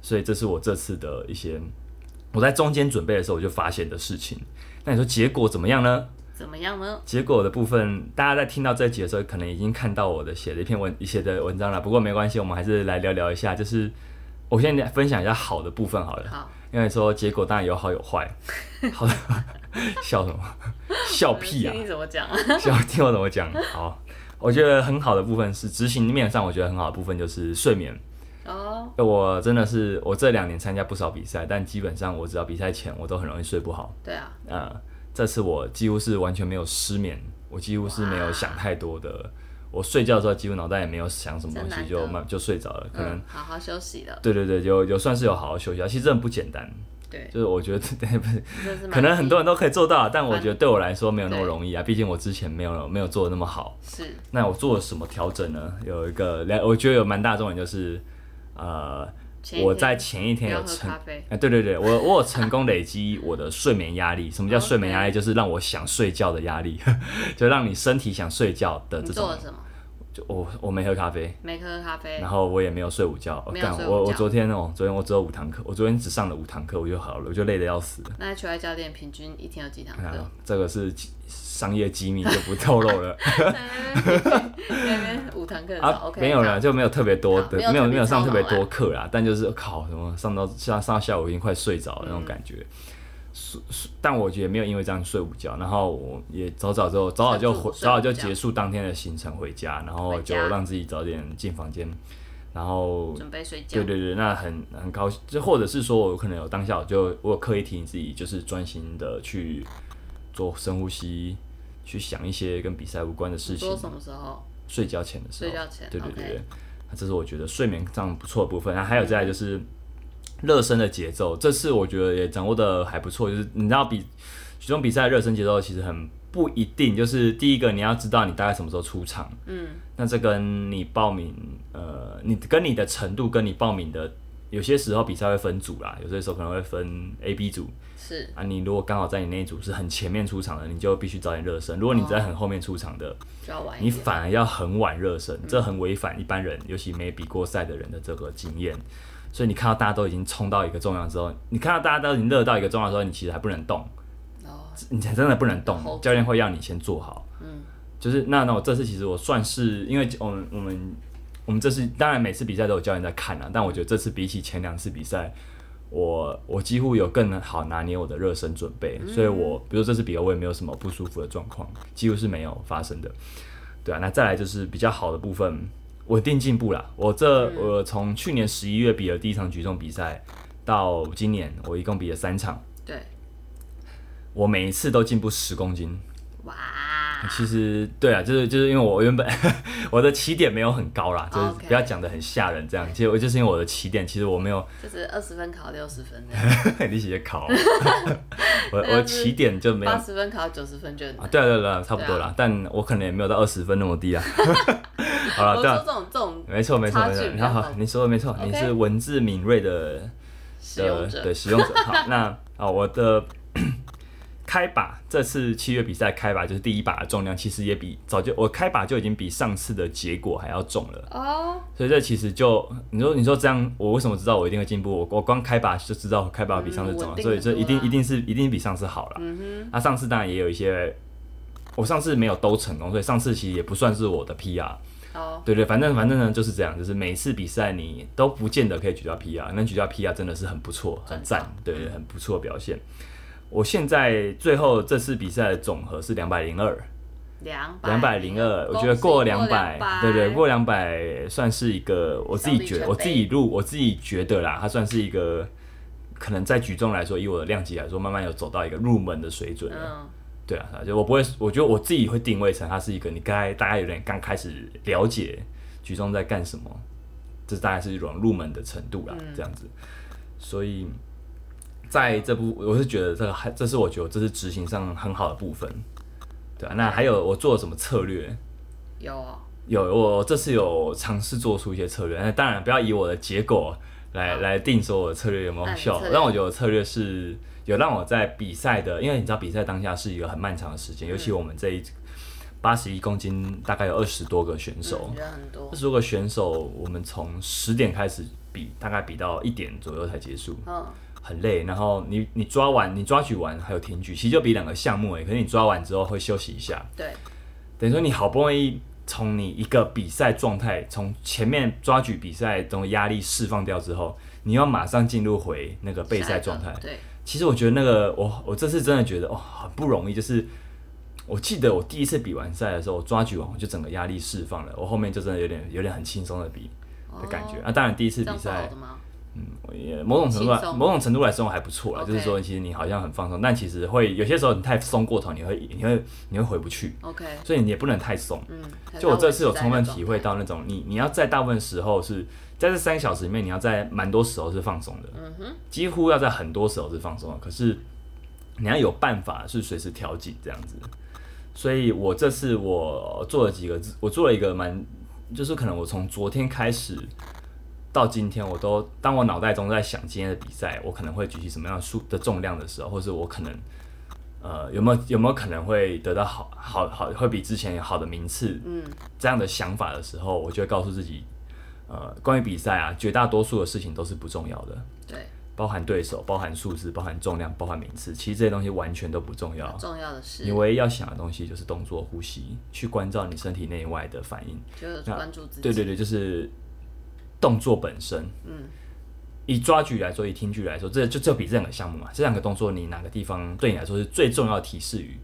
S1: 所以这是我这次的一些我在中间准备的时候我就发现的事情。那你说结果怎么样呢？
S2: 怎么样呢？
S1: 结果的部分，大家在听到这一集的时候，可能已经看到我的写的一篇文写的文章了。不过没关系，我们还是来聊聊一下，就是我先来分享一下好的部分好了，
S2: 好，
S1: 因为说结果当然有好有坏。好的， 笑什么？笑屁啊！
S2: 听你怎么讲啊？
S1: 笑，听我怎么讲。好，我觉得很好的部分是执行面上，我觉得很好的部分就是睡眠。
S2: 哦，
S1: 我真的是我这两年参加不少比赛，但基本上我只要比赛前我都很容易睡不好。
S2: 对啊，
S1: 呃，这次我几乎是完全没有失眠，我几乎是没有想太多的，我睡觉的时候几乎脑袋也没有想什么东
S2: 真
S1: 西，
S2: 难
S1: 就
S2: 得
S1: 慢就睡着了。可能、
S2: 嗯、好好休息了，
S1: 对对对，有有算是有好好休息啊。其实真的不简单，
S2: 对，
S1: 就是我觉得 对不是，
S2: 这是
S1: 可能很多
S2: 人
S1: 人都可以做到，但我觉得对我来说没有那么
S2: 对
S1: 容易啊。毕竟我之前没有没有做的那么好。
S2: 是
S1: 那我做了什么调整呢？有一个两，我觉得有蛮大重点就是，呃，
S2: 前一
S1: 我
S2: 天
S1: 在前一
S2: 不
S1: 天有
S2: 要喝
S1: 成，
S2: 咖
S1: 哎、
S2: 啡，
S1: 对对对，我我有成功累积我的睡眠压力。什
S2: 哦
S1: 么叫睡眠压力？
S2: OK
S1: 就是让我想睡觉的压力， 就让你身体想睡觉的
S2: 你
S1: 这
S2: 做
S1: 种
S2: 了。什么？
S1: 就我我没喝咖啡，
S2: 没喝咖啡
S1: 然，后我也没有睡午觉。我
S2: 没有
S1: 干、
S2: 睡午
S1: 我我
S2: 觉
S1: 昨天哦，昨天我只有五堂课，我昨天只上了五堂课，我就好了，我就累得要死。
S2: 那 H Y 教练平均一天有几堂
S1: 看、
S2: 课？
S1: 这个是商业机密就不透露了。
S2: 那边五堂课
S1: 啊，
S2: ，OK，
S1: 没有啦，
S2: 好
S1: 就没有特别多
S2: 好
S1: 的
S2: 没有，
S1: 没有
S2: 特别
S1: 没有上
S2: 操
S1: 特别
S2: 劳啦
S1: 多课啦，但就是靠什么上到上上到下午已经快睡着了
S2: 嗯
S1: 那种感觉。睡睡但我觉得没有因为这样睡午觉，然后我也早早之后早早就
S2: 睡不
S1: 回
S2: 睡
S1: 早早就
S2: 午觉
S1: 结束当天的行程回家，然后
S2: 回
S1: 就
S2: 家
S1: 让自己早点进房间，然后
S2: 准备睡觉
S1: 对，对对，那很很高兴，就或者是说我可能有当下我就我有刻意提醒自己，就是专心的去做深呼吸，去想一些跟比赛无关的事
S2: 你
S1: 情
S2: 说，什么时候？
S1: 睡觉前的时候，
S2: 睡觉前
S1: 对对对
S2: OK
S1: 对，这是我觉得睡眠上不错的部分。然后还有再来就是热身的节奏，这次我觉得也掌握的还不错。就是你知道比举重比赛的热身节奏其实很不一定，就是第一个你要知道你大概什么时候出场，
S2: 嗯，
S1: 那这跟你报名呃，你跟你的程度跟你报名的。有些时候比赛会分组啦，有些时候可能会分 A、B 组
S2: 是
S1: 啊。你如果刚好在你那一组是很前面出场的，你就必须早点热身；如果你
S2: 哦
S1: 在很后面出场的，
S2: 就要晚一
S1: 你
S2: 点，嗯
S1: 反而要很晚热身，这很违反一般人，尤其没比过赛的人的这个经验。所以你看到大家都已经冲到一个重要之后，你看到大家都已经热到一个重要之后，你其实还不能动，
S2: 哦，
S1: 你才真的不能动
S2: Hold，住
S1: 教练会要你先做好。
S2: 嗯，
S1: 就是那那我这次其实我算是，因为我们我们我们这次当然每次比赛都有教练在看啊，但我觉得这次比起前两次比赛，我我几乎有更好拿捏我的热身准备，所以我比如说这次比赛我也没有什么不舒服的状况，几乎是没有发生的。对啊，那再来就是比较好的部分，稳定进步啦。我这、我从去年十一月比了第一场举重比赛，到今年我一共比了三场，
S2: 对，
S1: 我每一次都进步十公斤。
S2: 哇，
S1: 其实对啊，就是就是因为我原本 我的起点没有很高啦，就是不要
S2: 哦 OK
S1: 讲的很吓人这样。其实我就是因为我的起点，其实我没有
S2: 就是二十分考六十分的，
S1: 你写考，啊 我我的起点就没有
S2: 八十分考九十分就很
S1: 啊，
S2: 难。
S1: 对啊对啊对啊，差不多
S2: 对
S1: 啦。但我可能也没有到二十分那么低啊。 好了，
S2: 我
S1: 对
S2: 说
S1: 啊
S2: 这，种这种
S1: 没错没错
S2: 差
S1: 没错
S2: 距，比
S1: 你
S2: 较
S1: 好
S2: 好，
S1: 你说的没错
S2: OK
S1: 你是文字敏锐的
S2: 使
S1: 的
S2: 用者
S1: 的使用者。 好，那啊、我的 开把这次七月比赛开把就是第一把的重量，其实也比早就我开把就已经比上次的结果还要重了，
S2: 哦，
S1: 所以这其实就你说你说这样，我为什么知道我一定会进步？我我光开把就知道我开把比上次重
S2: 嗯
S1: 了，
S2: 稳定
S1: 所以这
S2: 很多
S1: 一定
S2: 啊
S1: 一定是一定比上次好了。
S2: 嗯
S1: 那、上次当然也有一些。我上次没有都成功，所以上次其实也不算是我的 PR，
S2: 哼，哦，
S1: 对对，反正反正呢就是这样，就是每次比赛你都不见得可以举到 PR，能举到 PR 真的是很不错，很赞，对对，很不错的表现。我现在最后这次比赛的总和是两百零二，
S2: 两
S1: 两百零二，我觉
S2: 恭
S1: 得
S2: 喜
S1: 过
S2: 两
S1: 两百，对对，过两百算是一个我自己觉得，
S2: 小里程碑
S1: 我自己录，我自己觉得啦，它算是一个可能在举重来说，以我的量级来说，慢慢有走到一个入门的水准了。
S2: 嗯，
S1: 对啊，就我不会，我觉得我自己会定位成它是一个你该大家有点刚开始了解举重在干什么，这大概是一种入门的程度啦，这样子。所以在这部，我是觉得这个还，这是我觉得这是执行上很好的部分。对啊，那还有我做了什么策略？
S2: 有哦
S1: 有，我这次有尝试做出一些策略，那当然不要以我的结果来、
S2: 好
S1: 来定说我的策略有没
S2: 那
S1: 有
S2: 你
S1: 效
S2: 策，略
S1: 但我觉得我策略是有让我在比赛的，因为你知道比赛当下是一个很漫长的时
S2: 嗯
S1: 间，尤其我们这一八十一公斤大概有二十多个选手
S2: 嗯，觉得很多
S1: 二，十、多个选手，我们从十点开始比，大概比到一点左右才结束，
S2: 嗯，
S1: 很累。然后你你抓完，你抓举完还有停举，其实就比两个项目诶，可是你抓完之后会休息一下，
S2: 对，
S1: 等于说你好不容易从你一个比赛状态，从前面抓举比赛中的压力释放掉之后，你要马上进入回那个备
S2: 下
S1: 赛
S2: 一个
S1: 状态。
S2: 对，
S1: 其实我觉得那个我我这次真的觉得哦很不容易，就是我记得我第一次比完赛的时候，我抓举完我就整个压力释放了，我后面就真的有点有点很轻松的比的感觉、
S2: 哦
S1: 啊。当然第一次
S2: 这
S1: 比
S2: 样是好
S1: 赛
S2: 的吗？
S1: 也某种程度
S2: 轻
S1: 来
S2: 松
S1: 某种程度来说还不错啦
S2: OK
S1: 就是说其实你好像很放松，但其实会有些时候你太松过头，你会你会你会回不去，
S2: OK，
S1: 所以你也不能太松。
S2: 嗯，还是
S1: 就我
S2: 要
S1: 这次有
S2: 维持在
S1: 充分
S2: 那种
S1: 体会到那种，你你要在大部分时候是在这三个小时里面，你要在蛮多时候是放松的，
S2: 嗯
S1: 几乎要在很多时候是放松的。可是你要有办法是随时调节这样子。所以我这次我做了几个，我做了一个蛮，就是可能我从昨天开始到今天，我都当我脑袋中在想今天的比赛，我可能会举起什么样的数的重量的时候，或是我可能呃有没有有没有可能会得到好好好会比之前有好的名次，嗯，这样的想法的时候，我就会告诉自己，呃，关于比赛啊，绝大多数的事情都是不重要的，
S2: 对
S1: 包含对手，包含数字，包含重量，包含名次，其实这些东西完全都不重要。
S2: 重要的事，
S1: 你唯一要想的东西就是动作、呼吸，去关照你身体内外的反应。
S2: 就是
S1: 那
S2: 关注自己。
S1: 对对对，就是动作本身。嗯，以抓举来说，以听举来说，这就就比这两个项目嘛，这两个动作你哪个地方对你来说是最重要的提示语？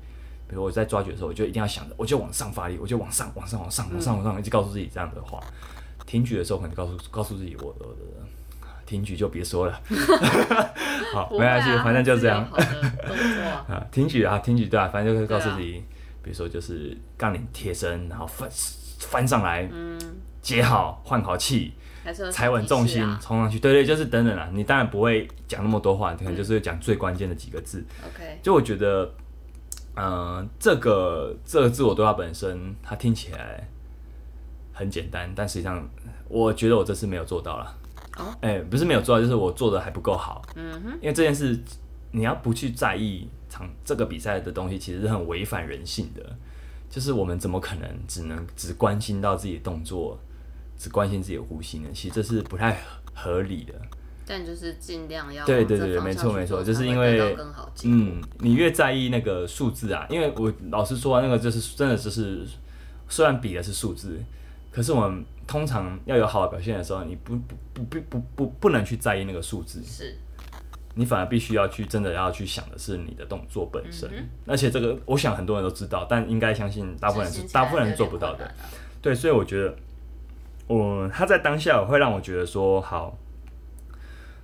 S1: 比如我在抓举的时候，我就一定要想着，我就往上发力，我就往上、往上、往上、往
S2: 嗯
S1: 上、往上，一直告诉自己这样的话。停举的时候，可能告诉告诉自己，我我我停举就别说了。 好，
S2: 不
S1: 没
S2: 会啊
S1: 关系，反正就这样。
S2: 还是有好的动作啊
S1: 啊，挺举啊，挺举对吧、反正就是告诉
S2: 对啊
S1: 你，比如说就是杠铃贴身，然后翻翻上来，
S2: 嗯
S1: 接好，换好气，
S2: 还是有
S1: 踩稳
S2: 提示
S1: 重心，
S2: 啊
S1: 冲上去。对对，就是等等啊。你当然不会讲那么多话，可能就是讲最关键的几个字。
S2: OK，
S1: 就我觉得，呃，这个这个自我对话本身，它听起来很简单，但实际上，我觉得我这次没有做到了。
S2: 哦，
S1: 哎、不是没有做到，就是我做的还不够好。
S2: 嗯哼，
S1: 因为这件事，你要不去在意场这个比赛的东西，其实是很违反人性的。就是我们怎么可能只能只关心到自己的动作，只关心自己的呼吸呢？其实这是不太合合理的。
S2: 但就是尽量要
S1: 对
S2: 往
S1: 对
S2: 这
S1: 对
S2: 方
S1: 没
S2: 向
S1: 错
S2: 去
S1: 没错
S2: 做
S1: 就
S2: 才
S1: 是
S2: 会
S1: 因
S2: 得
S1: 为
S2: 到更好进
S1: 嗯，你越在意那个数字啊，因为我老实说、啊，那个就是真的就是，虽然比的是数字，可是我们通常要有好的表现的时候，你不不不不不不不能去在意那个数字，
S2: 是
S1: 你反而必须要去真的要去想的是你的动作本身，
S2: 嗯
S1: 而且这个我想很多人都知道，但应该相信大部分人是
S2: 执行起来
S1: 大部分人是做不到
S2: 有
S1: 的
S2: 点。困难啊
S1: 对，所以我觉得，我他在当下会让我觉得说，好，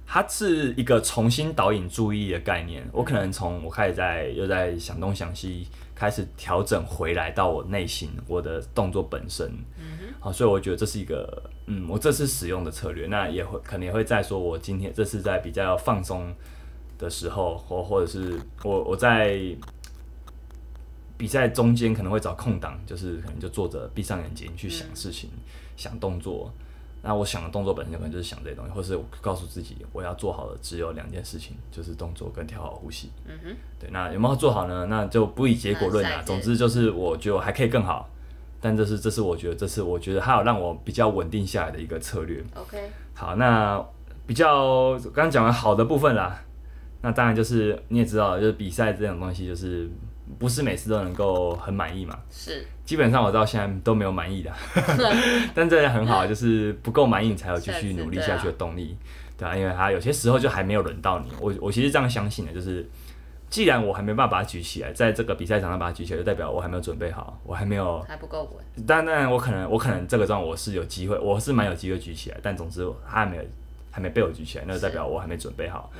S1: 他是一个重新导引注意力的概念。我可能从我开始在又在想东想西，开始调整回来到我内心我的动作本身。好，所以我觉得这是一个，嗯，我这次使用的策略。那也会可能也会在说，我今天这次在比较放松的时候，或或者是我我在比赛中间可能会找空档，就是可能就坐着闭上眼睛去
S2: 嗯
S1: 想事情、想动作。那我想的动作本身可能就是想这些东西，或是我告诉自己我要做好的只有两件事情，就是动作跟调好呼吸。
S2: 嗯哼，
S1: 对，那有没有做好呢？那就不以结果论
S2: 那下
S1: 啦。
S2: 一届
S1: 总之就是我觉得我还可以更好，但这是这是我觉得这是我觉得还有让我比较稳定下来的一个策略。
S2: OK，
S1: 好，那比较刚刚讲完好的部分啦，那当然就是你也知道，就是比赛这种东西就是不是每次都能够很满意嘛。
S2: 是
S1: 基本上我到现在都没有满意的， 但这也很好，就是不够满意你才有继 续努力下去的动力，对啊，因为他有些时候就还没有轮到你。我我其实这样相信的，就是既然我还没办法把它举起来，在这个比赛场上把它举起来，就代表我还没有准备好，我还没有。
S2: 还不够稳，
S1: 当然，我可能我可能这个状况我是有机会，我是蛮有机会举起来，但总之他还没有还没被我举起来，那就代表我还没准备好。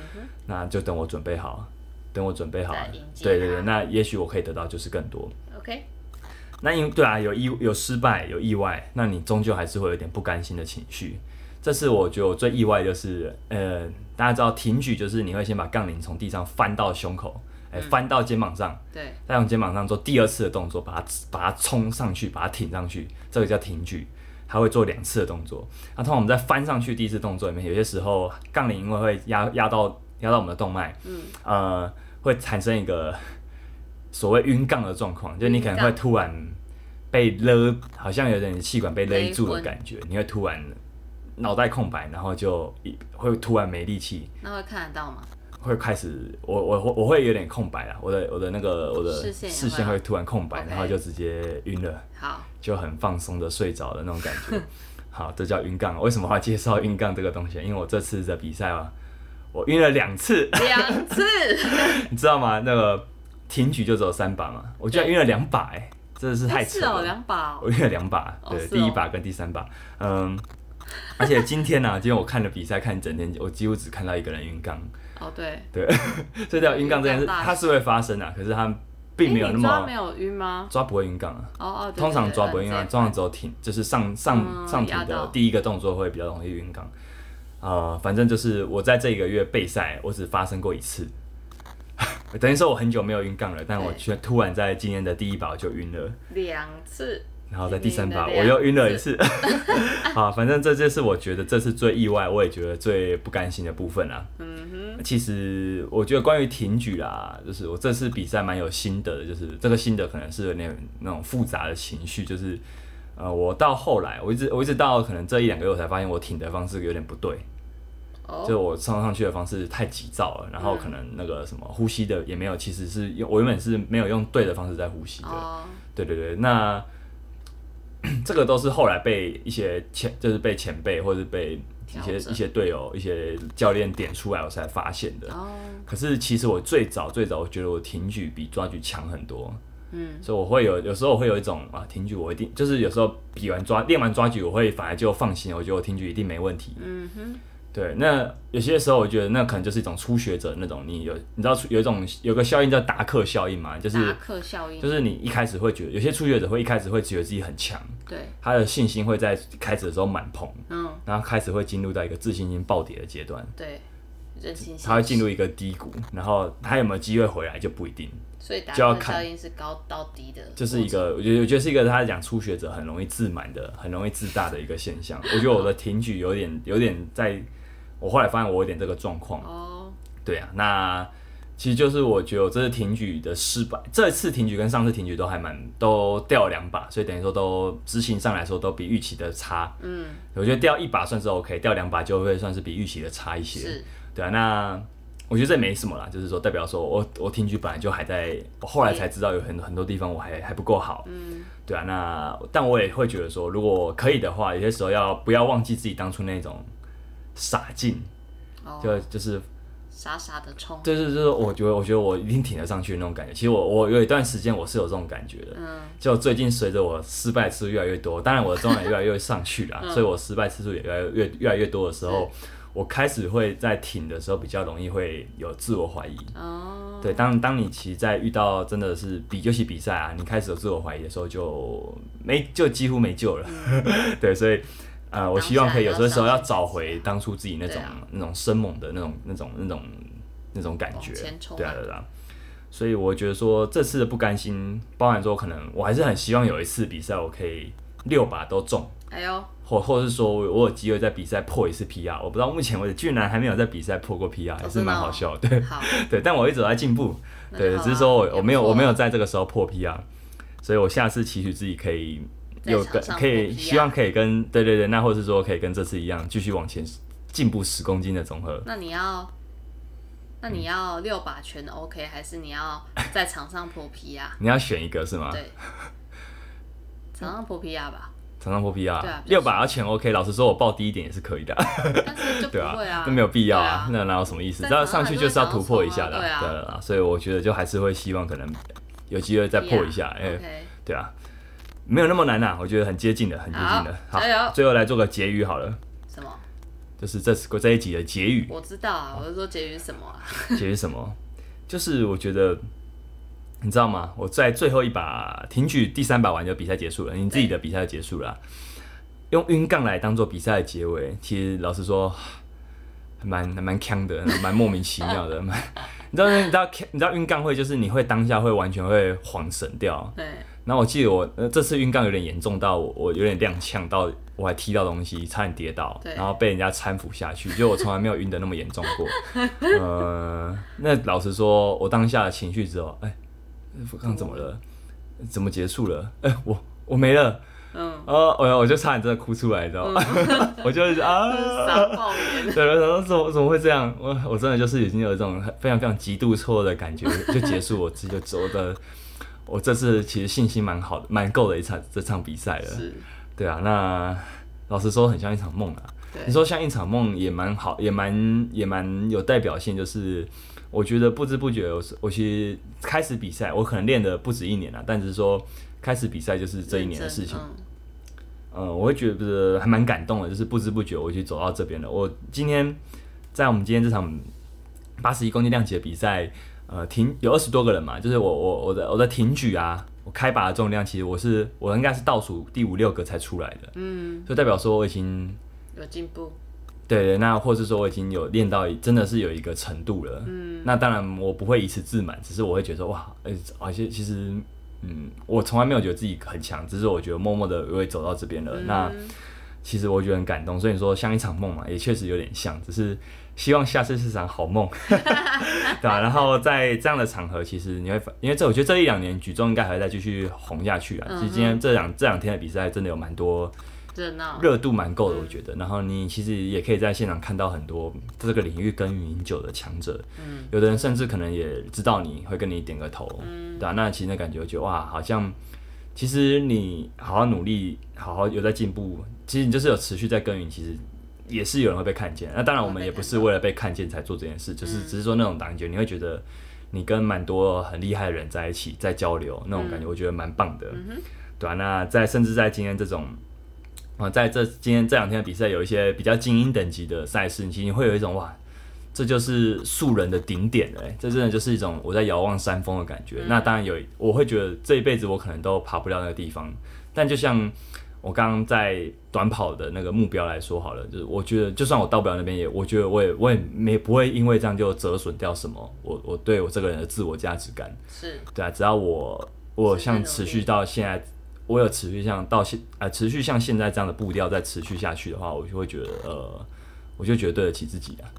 S1: 那就等我准备好，等我准备好
S2: 再迎，接
S1: 对对
S2: 它
S1: 对，那也许我可以得到就是更多。
S2: OK，
S1: 那因对啊，有意有失败，有意外，那你终究还是会有点不甘心的情绪。这次我觉得我最意外的就是，呃，大家知道挺举就是你会先把杠铃从地上翻到胸口，哎、翻到肩膀上，
S2: 对，
S1: 再用肩膀上做第二次的动作，把它把它冲上去，把它挺上去，这个叫挺举。它会做两次的动作。那通常我们在翻上去第一次动作里面，有些时候杠铃因为会压压到压到我们的动脉，嗯，呃，会产生一个所谓晕杠的状况，就是你可能会
S2: 晕杠
S1: 突然被勒，好像有点气管被勒住
S2: 勒
S1: 的
S2: 昏
S1: 感觉，你会突然脑袋空白，然后就一会突然没力气，
S2: 那会看得到吗？
S1: 会开始，我我我我会有点空白啦，啊我的我的那个我的
S2: 视线也
S1: 视线
S2: 会
S1: 会突然空白，
S2: OK
S1: 然后就直接晕了，
S2: 好，
S1: 就很放松的睡着的那种感 觉。好，这叫晕杠。为什么我要介绍晕杠这个东西？因为我这次的比赛啊，我晕了两次，
S2: 两次，
S1: 你知道吗？那个挺举就只有三把嘛，我居然
S2: 对
S1: 晕了两把、哎，真的是太
S2: 哎
S1: 扯
S2: 是哦，
S1: 了。
S2: 两把哦，
S1: 我晕了两把，
S2: 哦
S1: 对，
S2: 是哦
S1: 第一把跟第三把，嗯，而且今天呢、啊，今天我看了比赛，看一整天，我几乎只看到一个人晕杠，
S2: 哦，对，
S1: 所以叫晕杠这件事，
S2: 晕杠大
S1: 它是会发生的、啊可是它并没有
S2: 诶
S1: 那
S2: 你抓
S1: 么
S2: 没有晕吗？
S1: 抓不会晕杠啊。
S2: 哦哦，对
S1: 通常抓不会晕杠，通常。
S2: 对对对
S1: 只有挺，就是上上、
S2: 嗯
S1: 上挺
S2: 压
S1: 的
S2: 到
S1: 第一个动作会比较容易晕杠。呃，反正就是我在这一个月备赛，我只发生过一次， 等于说我很久没有晕杠了，但我
S2: 对
S1: 却突然在今天的第一把我就晕了。
S2: 这两次，
S1: 然后在第三把我
S2: 你晕了
S1: 又晕了一次， 好，反正这就是我觉得这次最意外，我也觉得最不甘心的部分啦。
S2: 嗯
S1: 其实我觉得关于挺举啦，就是我这次比赛蛮有心得的，就是这个心得可能是有那那种复杂的情绪，就是呃，我到后来我一直我一直到可能这一两个月我才发现我挺的方式有点不对，
S2: 哼，哦，
S1: 就我上上去的方式太急躁了，然后可能那个什么呼吸的也没有，其实是用我原本是没有用对的方式在呼吸的，
S2: 哦，
S1: 对对对，那 这个都是后来被一些前，就是被前辈或者被一些
S2: 调整
S1: 一些队友、一些教练点出来，我才发现的。
S2: 哦，
S1: 可是其实我最早最早，我觉得我挺举比抓举强很多，
S2: 嗯，
S1: 所以我会有有时候我会有一种啊挺举我一定就是有时候比完抓练完抓举，我会反而就放心，我觉得我挺举一定没问题。
S2: 嗯哼，
S1: 对，那有些时候我觉得那可能就是一种初学者那种，你有你知道有一种有个效应叫达克效应嘛，就是
S2: 达克效应，
S1: 就是你一开始会觉得，有些初学者会一开始会觉得自己很强，
S2: 对，
S1: 他的信心会在开始的时候满棚，
S2: 嗯，
S1: 然后开始会进入到一个自信心暴跌的阶段，
S2: 对，人性
S1: 他会进入一个低谷，然后他有没有机会回来就不一定，
S2: 所以达
S1: 就要
S2: 克
S1: 看
S2: 效应是高到低的过程，
S1: 就是一个我觉得我觉得是一个他讲初学者很容易自满的、很容易自大的一个现象。我觉得我的挺举有点有点在，我后来发现我有点这个状况，
S2: 哦，
S1: 对啊，那其实就是我觉得我这次挺举的失败，这次挺举跟上次挺举都还蛮都掉了两把，所以等于说都执行上来说都比预期的差。
S2: 嗯，
S1: 我觉得掉一把算是 OK，掉两把就会算是比预期的差一些。
S2: 是，
S1: 对啊，那我觉得这没什么啦，就是说代表说我我挺举本来就还在，我后来才知道有很很多地方我还还不够好。
S2: 嗯，
S1: 对啊，那但我也会觉得说，如果可以的话，有些时候要不要忘记自己当初那种傻劲，
S2: 哦，
S1: 就就是
S2: 傻傻的冲，
S1: 对对对，就是我觉得我觉得我一定挺得上去的那种感觉。其实我我有一段时间我是有这种感觉的，
S2: 嗯，
S1: 就最近随着我失败次数越来越多，当然我的中也越来越上去了，
S2: 嗯
S1: 所以我失败次数也越来越越越来越多的时候，我开始会在挺的时候比较容易会有自我怀疑。
S2: 哦，
S1: 对，当当你其实在遇到真的是比尤其比赛啊，你开始有自我怀疑的时候就没就几乎没救了。
S2: 嗯
S1: 对，所以呃，我希望可以有时候时候要找回当初自己那种、
S2: 对啊
S1: 那种生猛的那种那种那种那种感觉
S2: 往前，冲啊
S1: 对啊对啊。所以我觉得说这次的不甘心，包含说可能我还是很希望有一次比赛我可以六把都中，
S2: 哎呦，
S1: 或或是说我我有机会在比赛破一次 PR，我不知道目前为止居然还没有在比赛破过 PR，还是
S2: 真的
S1: 蛮
S2: 哦
S1: 好笑的。对
S2: 好，
S1: 对，但我一直有在进步，
S2: 那就
S1: 对，
S2: 好
S1: 只是
S2: 啊
S1: 说
S2: 也
S1: 我我
S2: 不
S1: 没有
S2: 错
S1: 我没有
S2: 啊
S1: 在这个时候破 PR，所以我下次期许自己可以
S2: 在
S1: 有
S2: 场
S1: 跟
S2: 上
S1: 可以
S2: 破啊 PR
S1: 希望可以跟对对对，那或是说可以跟这次一样继续往前进步十公斤的总和。
S2: 那你要，那你要六把全 OK，还是你要在场上破皮呀、
S1: 你要选一个是吗？
S2: 对，场上破皮呀吧，
S1: 常常破 PR，
S2: 对啊比较
S1: 六把要全 OK。老实说，我报低一点也是可以的，
S2: 但是就不
S1: 对啊
S2: 会啊，
S1: 那没有必要
S2: 对
S1: 啊
S2: 啊，
S1: 那哪有什么意思？
S2: 在
S1: 只要
S2: 场上
S1: 上去就是要突破一下的，
S2: 还是会想要冲啊对
S1: 啊，所以我觉得就还是会希望可能有机会再破一下，哎、
S2: 啊 OK，
S1: 对啊，没有那么难啊，我觉得很接近的，很接近的。
S2: 好加油
S1: 最后来做个结语好了。
S2: 什么？
S1: 就是这次这一集的结 语，
S2: 我知道啊，我是说结语什么啊？
S1: 结语是什么？就是我觉得，你知道吗？我在最后一把挺举第三把完就比赛结束了，你自己的比赛就结束了啊、用晕杠来当做比赛的结尾，其实老实说，还蛮还蛮强的，蛮莫名其妙的，蛮。 你知道，你知道，你知道晕杠会就是你会当下会完全会恍神掉。
S2: 对，
S1: 然后我记得我、呃、这次晕杠有点严重到我我有点踉跄到我还踢到东西，差点跌倒，
S2: 对
S1: 然后被人家搀扶下去，就我从来没有晕的那么严重过。 呃，那老实说，我当下的情绪只有哎，刚怎么了？怎么结束了？哎，我我没了。
S2: 嗯，
S1: 呃，我我就差点真的哭出来，你知道吗？ 我就是啊，
S2: 傻爆 眼，
S1: 对，然后怎么怎么会这样？我我真的就是已经有一种很非常非常极度错愕的感觉，就结束我自己就走的。我这次其实信心蛮好的，蛮够的一场这场比赛了。
S2: 是，
S1: 对啊，那老实说很像一场梦啊。
S2: 对
S1: 你，说像一场梦也蛮好，也蛮也蛮有代表性，就是。我觉得不知不觉，我是我其实开始比啊赛，我可能练的不止一年了、但只是说开始比赛就是这一年的
S2: 认真
S1: 事情。
S2: 嗯
S1: 呃，我会觉得还蛮感动的，就是不知不觉我就走到这边了。我今天在我们今天这场八十一公斤量级的比赛，呃，挺有二十多个人嘛，就是我我我的我的挺举啊，我开把的重量，其实我是我应该是倒数第五六个才出来的，
S2: 嗯，
S1: 就代表说我已经
S2: 有进步，
S1: 对对，那或是说我已经有练到真的是有一个程度了。
S2: 嗯，
S1: 那当然我不会以此自满，只是我会觉得哇，呃、而且其实嗯，我从来没有觉得自己很强，只是我觉得默默的我也走到这边了。那
S2: 嗯
S1: 其实我觉得很感动，所以说像一场梦嘛，也确实有点像，只是希望下次是场好 梦， 对吧、然后在这样的场合，其实你会发，因为这我觉得这一两年举重应该还会再继续红下去啊。其实今
S2: 嗯
S1: 天这两这两天的比赛真的有蛮多
S2: 热闹，
S1: 热度蛮够的，我觉得。然后你其实也可以在现场看到很多这个领域耕耘已久的强者，
S2: 嗯
S1: 有的人甚至可能也知道你会跟你点个头，对啊，那其实那感觉，我觉得哇，好像其实你好好努力，好好有在进步，其实你就是有持续在耕耘，其实也是有人会被看见。那当然，我们也不是为了被看嗯见才做这件事，就是只是说那种感觉，你会觉得你跟蛮多很厉害的人在一起，在交流那种感觉，我觉得蛮棒的，对啊，那在甚至在今天这种。啊，在这今天这两天的比赛，有一些比较精英等级的赛事，你其实你会有一种哇，这就是素人的顶点了、欸，这真的就是一种我在遥望山峰的感觉。那当然有，我会觉得这一辈子我可能都爬不了那个地方。但就像我刚刚在短跑的那个目标来说好了，就是我觉得就算我到不了那边也，我觉得我也我也没不会因为这样就折损掉什么，我我对我这个人的自我价值感。
S2: 是
S1: 对啊，只要我我
S2: 持续
S1: 像
S2: 努
S1: 持
S2: 力
S1: 续到现在，我有持续像到现啊、持续像现在这样的步调再持续下去的话，我就会觉得呃，我就觉得对得起自己啊。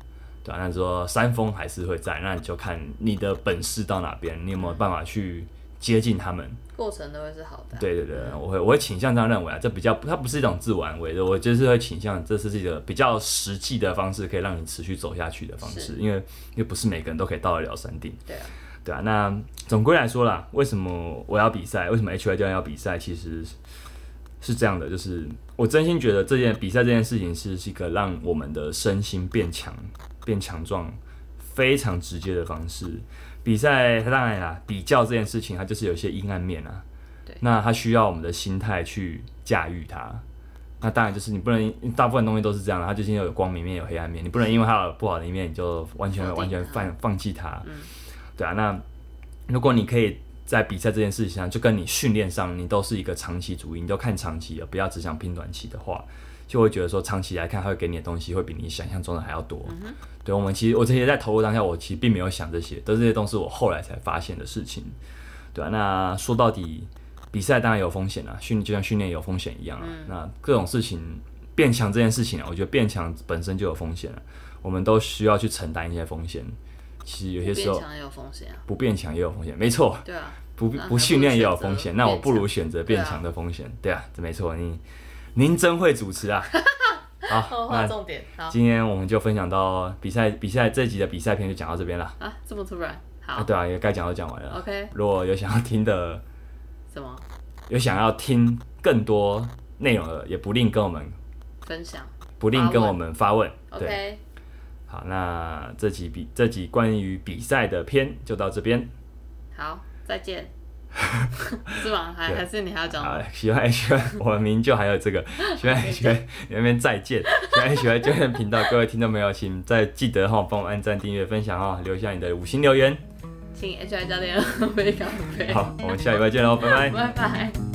S1: 对啊，那说山峰还是会在，那你就看你的本事到哪边，你有没有办法去接近他们。
S2: 过程都会是好的啊，
S1: 对对对，我会我会倾向这样认为啊，这比较它不是一种自我安慰的，我就是会倾向这是一个比较实际的方式，可以让你持续走下去的方式，因为又不是每个人都可以到得了山顶。
S2: 对啊，
S1: 对啊，那总归来说啦，为什么我要比赛？为什么 HY 教练要比赛？其实是是这样的，就是我真心觉得这件比赛这件事情是是一个让我们的身心变强、变强壮非常直接的方式。比赛它当然啦，比较这件事情它就是有一些阴暗面啊
S2: 对，
S1: 那它需要我们的心态去驾驭它。那当然就是你不能，大部分东西都是这样的，它就是有光明面有黑暗面，你不能因为它有不好的一面你就完全
S2: 否定
S1: 完全
S2: 它
S1: 放放弃它。
S2: 嗯
S1: 对啊，那如果你可以在比赛这件事情上，就跟你训练上，你都是一个长期主义，你都看长期的，不要只想拼短期的话，就会觉得说长期来看，它会给你的东西会比你想象中的还要多。对我们其实我这些在投入当下，我其实并没有想这些，都是这些都是我后来才发现的事情。对啊，那说到底，比赛当然有风险啊，训就像训练有风险一样啊。
S2: 嗯
S1: 那各种事情变强这件事情啊，我觉得变强本身就有风险了、我们都需要去承担一些风险。其实有些时候
S2: 变，强也有风险啊，
S1: 不变强也有风险，没错，
S2: 对 啊，
S1: 不
S2: 那还
S1: 不训练也有风
S2: 不如选
S1: 险，
S2: 择
S1: 那我不如选择变
S2: 变强啊
S1: 强的风险，对啊，这没错，你您真会主持 啊，好，
S2: 画
S1: 那
S2: 哦重点，好
S1: 今天我们就分享到比赛比赛这集的比赛篇就讲到这边了，
S2: 啊，这么突然，
S1: 啊，
S2: 好
S1: 对啊，也该讲都讲完了，
S2: ，OK，
S1: 如果有想要听的，
S2: 怎么
S1: 有想要听更多内容的，也不吝跟我们
S2: 分享
S1: 不吝跟我们发问，对，
S2: ？OK，
S1: 好，那这集比这集关于比赛的篇就到这边。
S2: 好，再 见，是吗？还
S1: 对
S2: 还是你还要讲吗？
S1: 啊， 喜欢 H Y，我们明明就还有这 个喜欢 H Y，那边再见， 喜欢 H Y 教练频道，各位听众朋友，请再记得哈、帮我按赞、订阅、分享哈、留下你的五星留言。
S2: 请 HR 教练喝杯咖啡，
S1: 好，我们下礼拜见喽，拜拜。
S2: 拜拜。